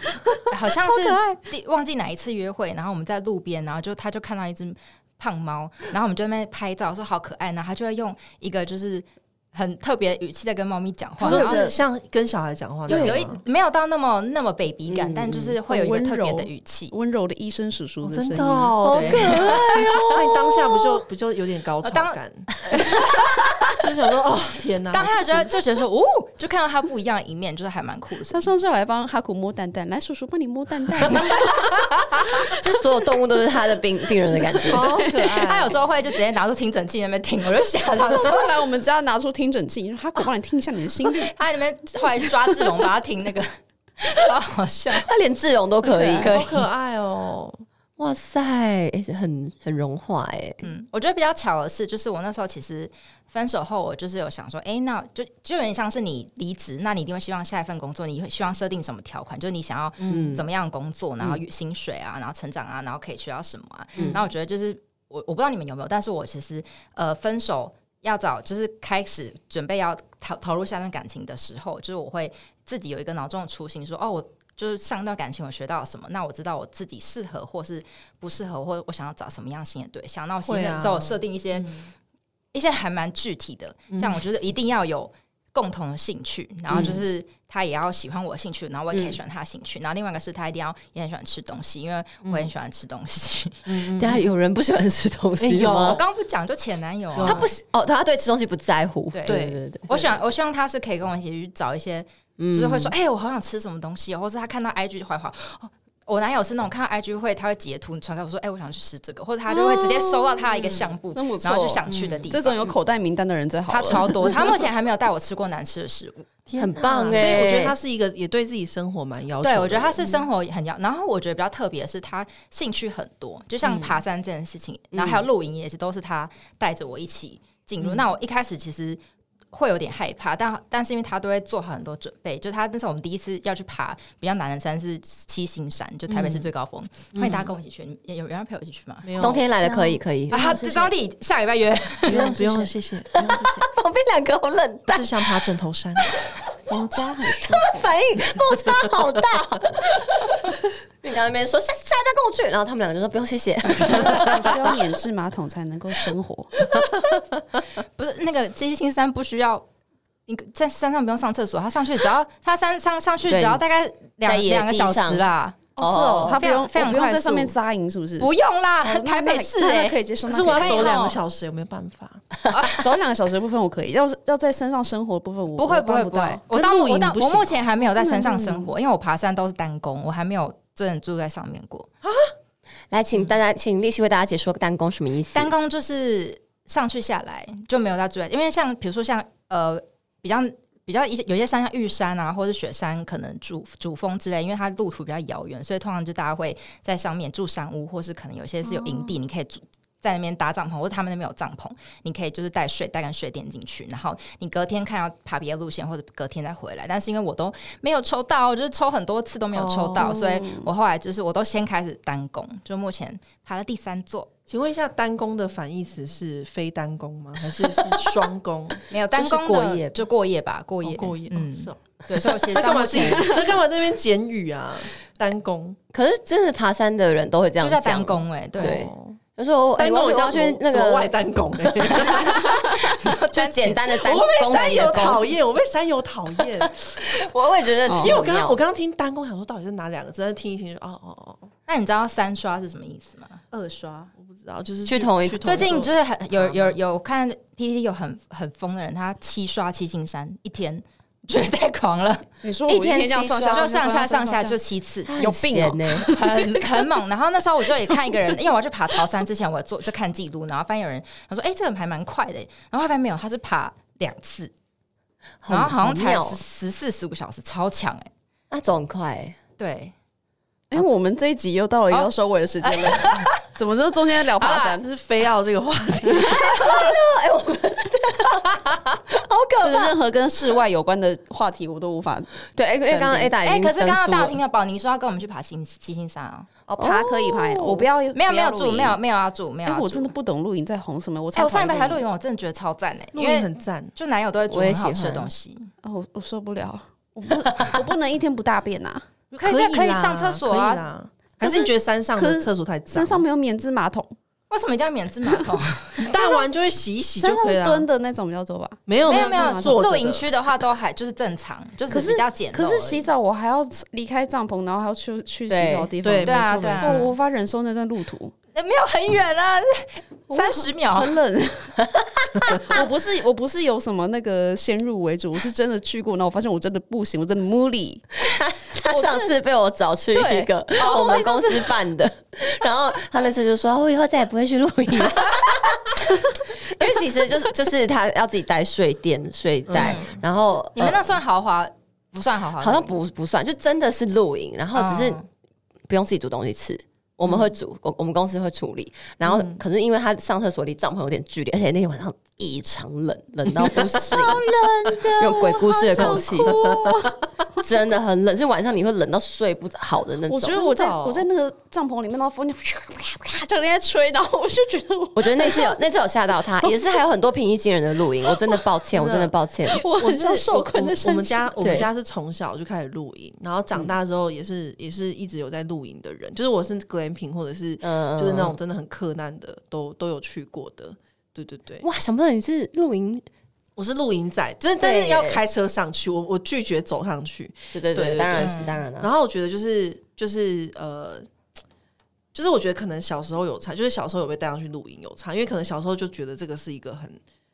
Speaker 4: 好像
Speaker 3: 超可
Speaker 4: 是
Speaker 3: 爱，
Speaker 4: 第忘记哪一次约会，然后我们在路边，然后就他就看到一只胖猫，然后我们就在那边拍照，说好可爱，然后他就会用一个就是很特别的语气在跟猫咪讲
Speaker 2: 他
Speaker 4: 话，
Speaker 2: 说
Speaker 4: 然后
Speaker 2: 是像跟小孩讲话那
Speaker 4: 有
Speaker 2: 样
Speaker 4: 有一
Speaker 2: 吗
Speaker 4: 没有到那么那么 baby 感，
Speaker 1: 嗯
Speaker 4: 但就是会有一个特别的语气。
Speaker 3: 温柔的医生叔叔
Speaker 2: 哦
Speaker 3: 的声
Speaker 2: 真
Speaker 3: 音，
Speaker 2: 的哦，
Speaker 4: 对
Speaker 2: 可爱 哦！那你当下不就不就有点高潮
Speaker 4: 呃当
Speaker 2: 感？就想说哦天哪！
Speaker 4: 当他觉
Speaker 2: 好
Speaker 4: 得
Speaker 2: 湿
Speaker 4: 就觉得说，哦，就看到他不一样的一面，就是还蛮酷的。
Speaker 3: 他上次来帮哈古摸蛋蛋，来叔叔帮你摸蛋蛋，
Speaker 1: 这所有动物都是他的病病人的感 觉。
Speaker 2: 好可爱，
Speaker 4: 他有时候会就直接拿出听诊器在那边听，我就想
Speaker 3: 他
Speaker 4: 说，
Speaker 3: 上次来我们家拿出听诊器，哈古帮你听一下你的心率，
Speaker 4: 他在那边后来抓志龙，把他听那个， 超好笑。
Speaker 1: 他连智勇都可以，
Speaker 3: 很
Speaker 4: 可爱
Speaker 2: 好可爱哦！
Speaker 1: 哇塞，诶很很融化哎，
Speaker 4: 嗯，我觉得比较巧的是，就是我那时候其实分手后，我就是有想说，哎、那就就有点像是你离职，那你一定会希望下一份工作，你会希望设定什么条款，就是你想要
Speaker 1: 嗯，
Speaker 4: 怎
Speaker 1: 么
Speaker 4: 么样工作，然后薪水啊，然后成长啊，然后可以学到什么啊。
Speaker 1: 嗯
Speaker 4: 然后我觉得就是我我不知道你们有没有，但是我其实呃分手要找就是开始准备要投投入下段感情的时候，就是我会自己有一个脑中的雏形，说哦我。就是上一段感情我学到了什么，那我知道我自己适合或是不适合，或我想要找什么样新的对象。那我新
Speaker 2: 会
Speaker 4: 的
Speaker 2: 啊
Speaker 4: 之后设定一些、一些还蛮具体的，
Speaker 3: 嗯
Speaker 4: 像我觉得一定要有共同的兴趣，然后就是他也要喜欢我的兴趣，然后
Speaker 3: 嗯
Speaker 4: 我也可以喜欢他的兴趣。然后另外一个是他一定要也很喜欢吃东西，因为
Speaker 3: 嗯
Speaker 4: 我也很喜欢吃东西。
Speaker 1: 等
Speaker 2: 啊
Speaker 1: 一下有人不喜欢吃东
Speaker 2: 诶
Speaker 1: 西
Speaker 2: 有
Speaker 4: 我
Speaker 1: 吗？
Speaker 4: 刚刚不讲就前男友
Speaker 2: 有
Speaker 1: 他
Speaker 4: 啊，
Speaker 1: 不喜哦，他对吃东西不在乎。
Speaker 4: 对
Speaker 1: 对对对，
Speaker 4: 我喜欢我希望他是可以跟我一起去找一
Speaker 3: 嗯
Speaker 4: 些，
Speaker 1: 就
Speaker 4: 就是会说，哎、我好想吃什么东西、哦，或是他看到 IG 怀怀。哦我男友是那种看到 IG 会，他会截图传给我说：“哎、我想去吃这个。”或者他就会直接收到他一个相簿，
Speaker 3: 真不
Speaker 4: 然后就
Speaker 3: 哦错。嗯
Speaker 4: 想去的地
Speaker 3: 这
Speaker 4: 方。
Speaker 3: 种有口袋名单的人最好
Speaker 4: 他
Speaker 3: 了。
Speaker 4: 超多，他目前还没有带我吃过难吃的食物。
Speaker 2: 天
Speaker 1: 很
Speaker 2: 哪
Speaker 1: 棒
Speaker 2: 所以我觉
Speaker 1: 欸
Speaker 2: 得他是一个也对自己生活蛮要求的
Speaker 4: 对，
Speaker 2: 人。
Speaker 4: 我觉得他
Speaker 1: 嗯
Speaker 4: 是生活很要，然后我觉得比较特别的是他兴趣很多，就
Speaker 1: 嗯
Speaker 4: 像爬山这件事情，然后还有露营也是都是他带着我一起进
Speaker 1: 嗯
Speaker 4: 入。那我一开始其实。会有点害怕，但但是因为他都会做好很多准备。就他那时候我们第一次要去爬比较难的山是七星山，就台北市
Speaker 1: 嗯
Speaker 4: 最高峰。欢迎大家跟我一起去，你有有人要陪我一起去吗？
Speaker 2: 没有
Speaker 1: 冬天来了可以可以。
Speaker 4: 啊，他张弟下个礼拜约，
Speaker 2: 不用不用谢谢，不用谢谢，
Speaker 1: 旁边两个好冷
Speaker 2: 我
Speaker 1: 淡，
Speaker 2: 只想爬枕头山。我们家很舒
Speaker 1: 反应落差好大。 因为你刚才那边说下下一站跟我去，然后他们两个就说不用谢谢。
Speaker 3: 需要免治马桶才能够生 活。
Speaker 4: 不是那个七星山不需要。你在山上不用上厕所，他上去只要他山上上去只要大概
Speaker 1: 在
Speaker 4: 两
Speaker 1: 野地
Speaker 4: 两个小时啦，
Speaker 1: 哦是哦
Speaker 3: 他不用
Speaker 4: 非常
Speaker 3: 我不用
Speaker 4: 快
Speaker 3: 在
Speaker 4: 速
Speaker 3: 上面扎营，是不是？
Speaker 4: 不用啦，
Speaker 3: 哦那
Speaker 4: 台北市
Speaker 3: 那那
Speaker 4: 哎、
Speaker 3: 可以接受。
Speaker 2: 可
Speaker 3: 那
Speaker 2: 是我
Speaker 3: 可
Speaker 2: 要
Speaker 3: 以啊
Speaker 2: 走两个小时，有没有办法？
Speaker 3: 走两个小时的部分我可以，要是要在山上生活的部分我
Speaker 4: 不会
Speaker 3: 我
Speaker 4: 不
Speaker 3: 办
Speaker 4: 会
Speaker 3: 不
Speaker 4: 不
Speaker 3: 到
Speaker 4: 会，我
Speaker 2: 跟
Speaker 4: 到
Speaker 2: 露
Speaker 4: 我
Speaker 2: 营
Speaker 4: 到
Speaker 2: 不
Speaker 4: 我
Speaker 2: 行
Speaker 4: 目前还没有在山上生活，因为我爬山都是单攻，我还没有真的住在上面过。
Speaker 1: 来，请大家，请立希为大家解说单工什么意思？
Speaker 4: 单攻就是上去下来就没有再住在，因为像比如说像呃比较比较一些有些山像玉山啊，或者雪山，可能主主峰之类，因为它路途比较遥远，所以通常就大家会在上面住山屋，或是可能有些是有营地，你可以住。在那边搭帐篷，或者他们那边有帐篷，你可以就是带睡袋跟睡垫进去，然后你隔天看要爬别的路线，或者隔天再回来。但是因为我都没有抽到，就是抽很多次都没有抽到，
Speaker 3: 哦
Speaker 4: 所以我后来就是我都先开始单攻，就目前爬了第三座，
Speaker 2: 请问一下，单工的反义词是非单工吗？还是是双工？
Speaker 4: 没有单工的
Speaker 1: 就是过夜吧
Speaker 4: 就过夜吧，过夜、
Speaker 2: 哦过夜，嗯，
Speaker 4: 嗯
Speaker 2: 是，哦。
Speaker 4: 对，所以我 其实
Speaker 2: 那
Speaker 4: 到
Speaker 2: 干
Speaker 4: 目
Speaker 2: 嘛自己？
Speaker 4: 前
Speaker 2: 那干嘛这边简语啊？单工，
Speaker 1: 可是真的爬山的人都会这样
Speaker 4: 就
Speaker 1: 讲，
Speaker 4: 叫单。工哎、对，
Speaker 2: 哦
Speaker 1: 有时候哎
Speaker 2: 单工，
Speaker 1: 我
Speaker 2: 我
Speaker 1: 要
Speaker 2: 像
Speaker 1: 去那
Speaker 2: 什么外
Speaker 1: 个，
Speaker 2: 单 工欸
Speaker 1: 就简单的单
Speaker 2: 我
Speaker 1: 工
Speaker 2: 会被
Speaker 1: 而
Speaker 2: 山
Speaker 1: 已的
Speaker 2: 友讨
Speaker 1: 工。
Speaker 2: 厌，我被山友讨厌，
Speaker 4: 哦
Speaker 1: 我也觉得
Speaker 3: 哦
Speaker 1: 奇妙，
Speaker 2: 因为我刚刚我刚刚听单工，想说到底是哪两个字，但是听一听就哦哦哦，
Speaker 4: 那你知道三刷是什么意思吗？
Speaker 3: 二刷，
Speaker 2: 我不知道，就是
Speaker 1: 去同一
Speaker 4: 最近就是很有
Speaker 2: 爬
Speaker 4: 有
Speaker 2: 吗
Speaker 4: 有看 PPT 有很很疯的人，他七刷七星山一天， 觉得太狂了，
Speaker 3: 你说
Speaker 1: 我
Speaker 3: 我
Speaker 1: 一
Speaker 3: 一
Speaker 1: 天
Speaker 3: 天这样
Speaker 1: 七
Speaker 3: 上
Speaker 1: 刷
Speaker 3: 下
Speaker 4: 就上下上下
Speaker 3: 就
Speaker 4: 就七次，
Speaker 1: 他很
Speaker 4: 有病
Speaker 1: 闲
Speaker 4: 哦、
Speaker 1: 呢。
Speaker 4: 很很猛。然后那时候我就也看一个人，因 为我要去爬桃山之前，我有做就看记录，然后发现有人他说：“哎、这个人还蛮快的、然后后来发现没有，他是爬两次，
Speaker 1: 很
Speaker 4: 然后好像才
Speaker 1: 妙
Speaker 4: 十四十五小时，超强哎、
Speaker 1: 那走很快欸，
Speaker 4: 对，
Speaker 3: 哎、我们这一集又到了要收尾的时间了， 怎么这中间聊爬 山？哎
Speaker 2: 就是非要这个话 题，
Speaker 1: 好可
Speaker 3: 是任何跟室外有关的话题，我都无法。
Speaker 1: 对，因为因为刚刚 Ada
Speaker 4: 哎、
Speaker 1: 已经
Speaker 4: 可是刚刚
Speaker 1: 登出
Speaker 4: 大
Speaker 1: 了
Speaker 4: 家听了宝妮说要跟我们去爬七七星山啊、
Speaker 3: 哦，爬可以爬，我不要
Speaker 4: 没有
Speaker 3: 不
Speaker 4: 没
Speaker 3: 要
Speaker 4: 有
Speaker 3: 露
Speaker 4: 住，
Speaker 3: 营
Speaker 4: 没有没有要住，没有
Speaker 3: 哎、
Speaker 4: 要住。
Speaker 3: 我真的不懂露营在红什么，我
Speaker 4: 哎、
Speaker 3: 超
Speaker 4: 我上
Speaker 3: 讨
Speaker 4: 一
Speaker 3: 厌
Speaker 4: 排露
Speaker 3: 营
Speaker 4: 营，我真的觉得超赞哎、
Speaker 2: 露
Speaker 4: 因
Speaker 2: 营
Speaker 4: 为
Speaker 2: 很赞，
Speaker 4: 就男友都会煮
Speaker 1: 我也
Speaker 4: 很好
Speaker 1: 喜
Speaker 4: 吃的
Speaker 1: 欢
Speaker 4: 东西，
Speaker 3: 哦，我我受不了，我不我不能一天不大便 啊，
Speaker 4: 可以
Speaker 2: 啦
Speaker 4: 可以上厕所啊
Speaker 2: 可以啦还
Speaker 3: 可
Speaker 2: 是
Speaker 3: 是
Speaker 2: 你觉得山上
Speaker 3: 可
Speaker 2: 的
Speaker 3: 是
Speaker 2: 厕所太脏？
Speaker 3: 身上没有免治马桶，
Speaker 4: 为什么一定要免治马 桶？
Speaker 2: 大完就会洗一洗
Speaker 3: 身
Speaker 2: 就
Speaker 3: 上
Speaker 2: 可以
Speaker 3: 是
Speaker 2: 了。
Speaker 3: 蹲的那种比较多吧。
Speaker 2: 没有
Speaker 4: 没
Speaker 2: 有
Speaker 4: 有没有，
Speaker 2: 坐着
Speaker 4: 露
Speaker 2: 的
Speaker 4: 营区的话都还就是正常，就是
Speaker 3: 可是
Speaker 4: 比较简陋而
Speaker 3: 可
Speaker 4: 已。
Speaker 3: 是洗澡我还要离开帐篷，然后还要去去洗
Speaker 1: 对
Speaker 3: 澡的地方，
Speaker 2: 对
Speaker 4: 对啊
Speaker 2: 没错
Speaker 4: 对啊
Speaker 2: 没错
Speaker 3: 哦我无法忍受那段路途，
Speaker 4: 哎没有很远啊，三十秒。
Speaker 3: 很冷。我不是我不是有什么那个先入为主，我是真的去过，然后我发现我真的不行，我真的无力。
Speaker 1: 他上次被我找去一个我们公司办 的，然后他那次就说：“哦我以后再也不会去露营了。” 因为其实就是就是他要自己带睡垫、睡袋，然后
Speaker 4: 你们
Speaker 1: 呃
Speaker 4: 那算豪华？不算豪华，
Speaker 1: 好像不不算，就真的是露营，然后只是
Speaker 4: 嗯
Speaker 1: 不用自己煮东西吃。我们会煮，我我们公司会处理。然后，可是因为他上厕所离帐篷有点距离，而且那天晚上异常冷，冷到不 行，有鬼故事的口气，真的很冷，是晚上你会冷到睡不好的那种。
Speaker 3: 我觉得我在
Speaker 2: 真的哦
Speaker 3: 我在那个帐篷里面，然后风就啪啪啪就在那吹，然后我就觉得我
Speaker 1: 我觉得那次 有那次有吓到他，也是还有很多平易近人的 录音，我真的抱歉，
Speaker 2: 真
Speaker 1: 我
Speaker 2: 的
Speaker 1: 真的抱歉。
Speaker 3: 我
Speaker 2: 我
Speaker 3: 很
Speaker 2: 是
Speaker 3: 像受
Speaker 2: 我
Speaker 3: 困
Speaker 2: 我
Speaker 3: 在山
Speaker 2: 我们
Speaker 3: 上
Speaker 2: 家我们
Speaker 1: 对嗯
Speaker 2: 家是从小就开始露营，然后长大之后也是、也是一直有在露营的人，就是我是 glamping 或者是
Speaker 1: 嗯，
Speaker 2: 就是那种真的很克难的，都都有去过的。对对对，
Speaker 1: 哇，想不到你是露营，
Speaker 2: 我是露营仔，真的，但
Speaker 1: 对
Speaker 2: 是要开车上去，我我拒绝走上去。
Speaker 1: 对对
Speaker 2: 对对
Speaker 1: 对，当然是
Speaker 4: 嗯
Speaker 1: 当然了。啊
Speaker 2: 然后我觉得就是就是呃，就是我觉得可能小时候有差，就是小时候有被带上去露营有差，因为可能小时候就觉得这个是一个很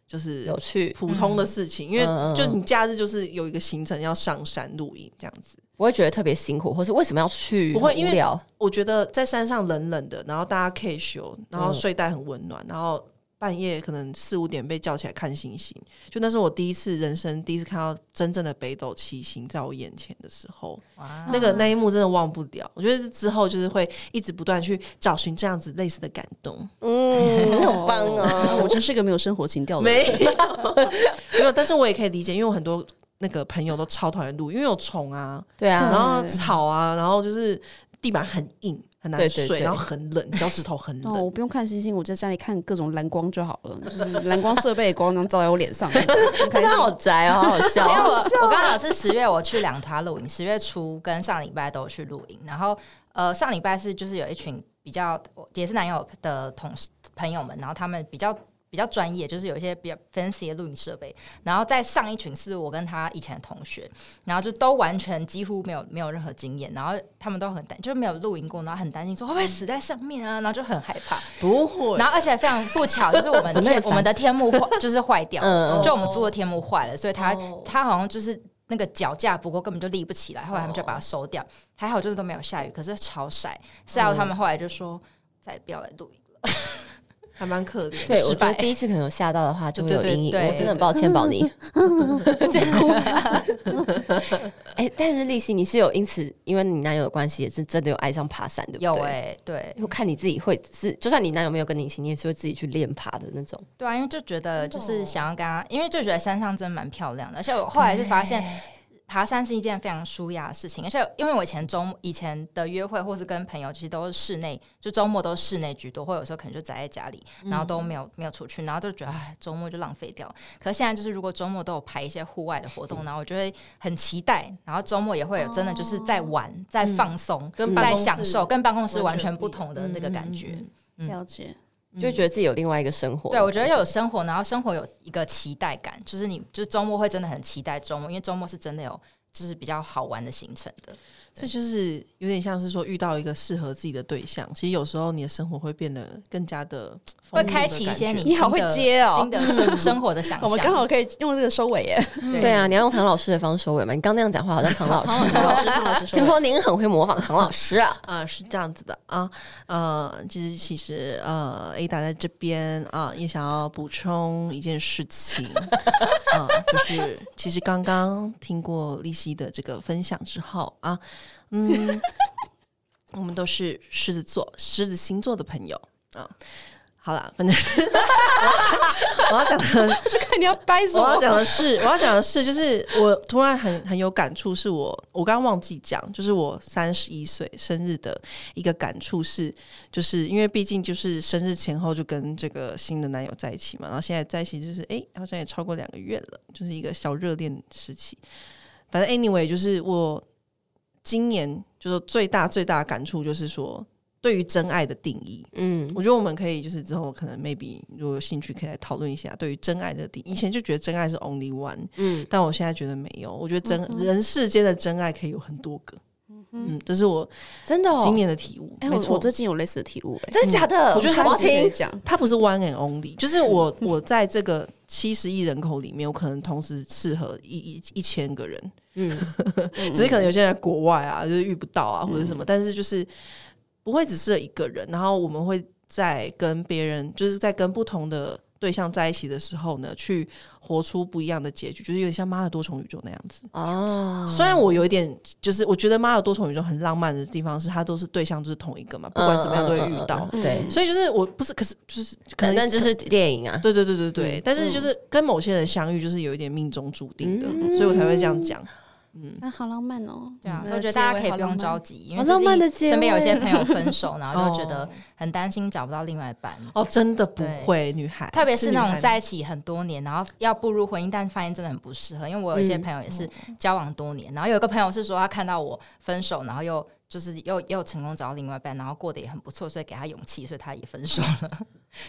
Speaker 2: 就是
Speaker 1: 有趣，
Speaker 2: 普通的事情，因
Speaker 1: 嗯嗯嗯
Speaker 2: 为就你假日就是有一个行程要上山露营这样子。
Speaker 1: 不会觉得特别辛苦，或是为什么要去？
Speaker 2: 不会
Speaker 1: 很
Speaker 2: 因为
Speaker 1: 无聊。
Speaker 2: 我觉得在山上冷冷的，然后大家可以休，
Speaker 1: 嗯
Speaker 2: 然后睡袋很温暖，然后半夜可能四五点被叫起来看星星，就那是我第一次人生第一次看到真正的北斗七星在我眼前的时候，
Speaker 4: 哇
Speaker 2: 那个那一幕真的忘不了。我觉得之后就是会一直不断去找寻这样子类似的感动，
Speaker 1: 嗯，好棒
Speaker 3: 哦！我
Speaker 1: 哦。
Speaker 3: 真是个没有生活情调的人。
Speaker 2: 没有 没有，但是我也可以理解，因为我很多。那个朋友都超讨厌路，因为有虫啊，
Speaker 1: 对啊，
Speaker 2: 然后草啊，然后就是地板很硬，很难
Speaker 1: 对
Speaker 2: 睡，
Speaker 1: 对对
Speaker 2: 然后很冷，脚趾头很冷。
Speaker 3: 哦，我不用看星星，我在家里看各种蓝光就好了，就是蓝光设备的光能照在我脸上，很开
Speaker 1: 真的
Speaker 3: 心。
Speaker 1: 好宅哦，好好
Speaker 4: 因为
Speaker 1: 笑。啊
Speaker 4: 我我刚好是十月我去两团露营，十月初跟上礼拜都有去露营，然后呃上礼拜是就是有一群比较我也是男友的同事朋友们，然后他们比较。比较专业，就是有一些比较 fancy 的录影设备，然后再上一群是我跟他以前的同学，然后就都完全几乎没有没有任何经验，然后他们都很担，就是没有露营过，然后很担心说会不会死在上面啊，然后就很害怕，
Speaker 2: 不会，
Speaker 4: 然后而且非常 不巧，就是我们天我们的天幕坏，就是坏掉
Speaker 1: 嗯
Speaker 4: 了，
Speaker 2: 嗯
Speaker 4: 就我们租的天幕坏了，所以他
Speaker 2: 哦
Speaker 4: 他好像就是那个脚架，不过根本就立不起来，后来
Speaker 2: 哦
Speaker 4: 他们就把它收掉，还好就是都没有下雨，可是超晒，晒到他
Speaker 2: 嗯
Speaker 4: 们后来就说再也不要来露营。
Speaker 2: 还蛮可怜。
Speaker 1: 对，我
Speaker 4: 失
Speaker 1: 觉
Speaker 4: 败
Speaker 1: 得第一次可能有吓到的话，就会有
Speaker 2: 对对
Speaker 1: 阴影。我
Speaker 4: 对
Speaker 1: 真的很抱歉，宝 妮在哭。 哎，但是丽西，你是有因此因为你男友的关系，也是真的有欸爱上爬山，对不对？
Speaker 4: 有哎、对
Speaker 1: 我看你自己会是，就算你男友没有跟你一起，你也是会自己去练爬的那种。
Speaker 4: 对啊，因为就觉得
Speaker 2: 哦
Speaker 4: 就是想要跟他，因为就觉得山上真的蛮漂亮的，而且我后来是发现。爬山是一件非常舒压的事情，而且因为我以前周末以前的约会或是跟朋友，其实都是室内，就周末都是室内居多，或有时候可能就宅在家里，然后
Speaker 2: 嗯
Speaker 4: 都没有没有出去，然后就觉得哎，周末就浪费掉。可是现在就是如果周末都有排一些户外的活动，然后我就会很期待，然后周末也会有真的就是
Speaker 2: 哦
Speaker 4: 在玩、在放松、
Speaker 2: 跟办
Speaker 4: 在
Speaker 2: 公室
Speaker 4: 享受，跟办公室
Speaker 2: 完
Speaker 4: 完
Speaker 2: 全
Speaker 4: 全
Speaker 2: 不
Speaker 4: 不
Speaker 2: 一样
Speaker 4: 同的那个感觉。
Speaker 2: 嗯嗯嗯嗯
Speaker 4: 嗯
Speaker 3: 了解，
Speaker 1: 就会觉得自己有另外一个生活。
Speaker 4: 对，我觉得要有生活，然后生活有一个期待感，就是你就是周末会真的很期待周末，因为周末是真的有就是比较好玩的行程的。
Speaker 2: 这就是有点像是说遇到一个适合自己的对象，其实有时候你的生活会变得更加的
Speaker 4: 会开启一些你
Speaker 3: 你好
Speaker 4: 新的
Speaker 3: 会接哦
Speaker 4: 新的 生生活的想象。
Speaker 3: 我们刚好可以用这个收尾耶。
Speaker 1: 对啊，你要用唐老师的方式收尾嘛？你刚那样讲话好像唐老
Speaker 3: 唐老师，唐
Speaker 1: 师。
Speaker 3: 老师，唐老师收尾，
Speaker 1: 听说您很会模仿唐老师啊？
Speaker 2: 啊、是这样子的啊，呃，其实其实呃，Ada 在这边啊、也想要补充一件事情 啊、就是其实刚刚听过丽西的这个分享之后啊，嗯，我们都是狮子座、狮子星座的朋友啊。好啦，反正 我要讲的
Speaker 3: 就看你要掰什
Speaker 2: 我要
Speaker 3: 么。
Speaker 2: 讲的是，我要讲的是，就是我突然很很有感触，是我我刚刚忘记讲，就是我三十一岁生日的一个感触是，就是因为毕竟就是生日前后就跟这个新的男友在一起嘛，然后现在在一起就是哎、好像也超过两个月了，就是一个小热恋时期。反正 anyway，就是我今年就是最大最大的感触就是说，对于真爱的定义，
Speaker 1: 嗯
Speaker 2: 我觉得我们可以就是之后可能 maybe 如果有兴趣可以来讨论一下对于真爱这个定义。以前就觉得真爱是 only one，
Speaker 1: 嗯，
Speaker 2: 但我现在觉得没有。我觉得
Speaker 3: 嗯
Speaker 2: 真、人世间的真爱可以有很多个。嗯，这是我
Speaker 1: 真的哦，
Speaker 2: 今年的体悟。
Speaker 3: 哎、
Speaker 2: 没
Speaker 3: 我
Speaker 2: 错
Speaker 3: 我，最近有类似的体悟、哎，
Speaker 1: 真的假的？
Speaker 2: 我觉得
Speaker 1: 好
Speaker 2: 他
Speaker 1: 好
Speaker 3: 下次可以
Speaker 1: 听，
Speaker 3: 讲，
Speaker 2: 它不是 one and only，就是我我在这个七十亿人口里面，我可能同时适合一一一千个人，
Speaker 1: 嗯，
Speaker 2: 只是可能有些人在国外啊，就是遇不到啊或者什么，但是就是不会只适合一个人。然后我们会在跟别人，就是在跟不同的对象在一起的时候呢，去活出不一样的结局，就是有点像《妈的多重宇宙》那样子。
Speaker 1: 哦，
Speaker 2: 虽然我有一点，就是我觉得《妈的多重宇宙》很浪漫的地方是，它都是对象就是同一个嘛，不管怎么样都会遇到
Speaker 1: 嗯。嗯嗯对，
Speaker 2: 所以就是我不是，可是就是可
Speaker 1: 可
Speaker 2: 能
Speaker 1: 能就是电影啊，
Speaker 2: 对对对对对，但是就是跟某些人相遇，就是有一点命中注定的，
Speaker 1: 嗯
Speaker 2: 所以我才会这样讲。
Speaker 3: 啊，好浪漫哦。
Speaker 4: 对啊，
Speaker 3: 嗯
Speaker 4: 所以我觉得
Speaker 3: 结
Speaker 4: 大家
Speaker 3: 尾
Speaker 4: 可以
Speaker 3: 好
Speaker 4: 不用
Speaker 3: 浪漫
Speaker 4: 着急，因为
Speaker 1: 好浪漫的
Speaker 4: 最
Speaker 1: 结
Speaker 4: 近
Speaker 1: 尾
Speaker 4: 身边有一些 朋友分手，然后就觉
Speaker 2: 哦
Speaker 4: 得很担心找不到另外一半。
Speaker 2: 哦，真的不
Speaker 4: 对
Speaker 2: 会，女孩，
Speaker 4: 特别是那
Speaker 2: 女
Speaker 4: 种
Speaker 2: 孩
Speaker 4: 在一起很多年，然后要步入婚姻，但发现真的很不适合。因为我有一些
Speaker 1: 嗯
Speaker 4: 朋友也是交往多年，然后有一个朋友是说他看到我分手，然后又就是又又成功找到另外一半，然后过得也很不错，所以给他勇气，所以他也分手了，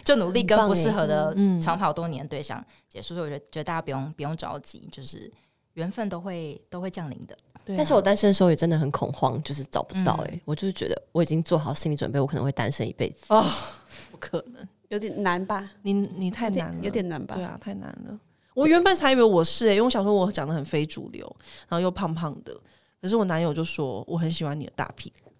Speaker 4: 就努力跟
Speaker 1: 很棒
Speaker 4: 不适合的
Speaker 2: 嗯
Speaker 4: 长跑多年的对象结束。所以我觉得觉得大家不用不用着急，就是缘分都会都会降临的。
Speaker 2: 对啊
Speaker 1: 但是我单身的时候也真的很恐慌，就是找不到哎、
Speaker 4: 嗯
Speaker 1: 我就是觉得我已经做好心理准备，我可能会单身一辈子。
Speaker 2: 哦，不可能，
Speaker 3: 有点难吧？
Speaker 2: 你你太
Speaker 3: 有
Speaker 2: 难
Speaker 3: 点
Speaker 2: 了，
Speaker 3: 有点难吧
Speaker 2: 对？啊，太难了。我原本才以为我是、欸，因为我想说我长得很非主流，然后又胖胖的，可是我男友就说我很喜欢你的大屁股。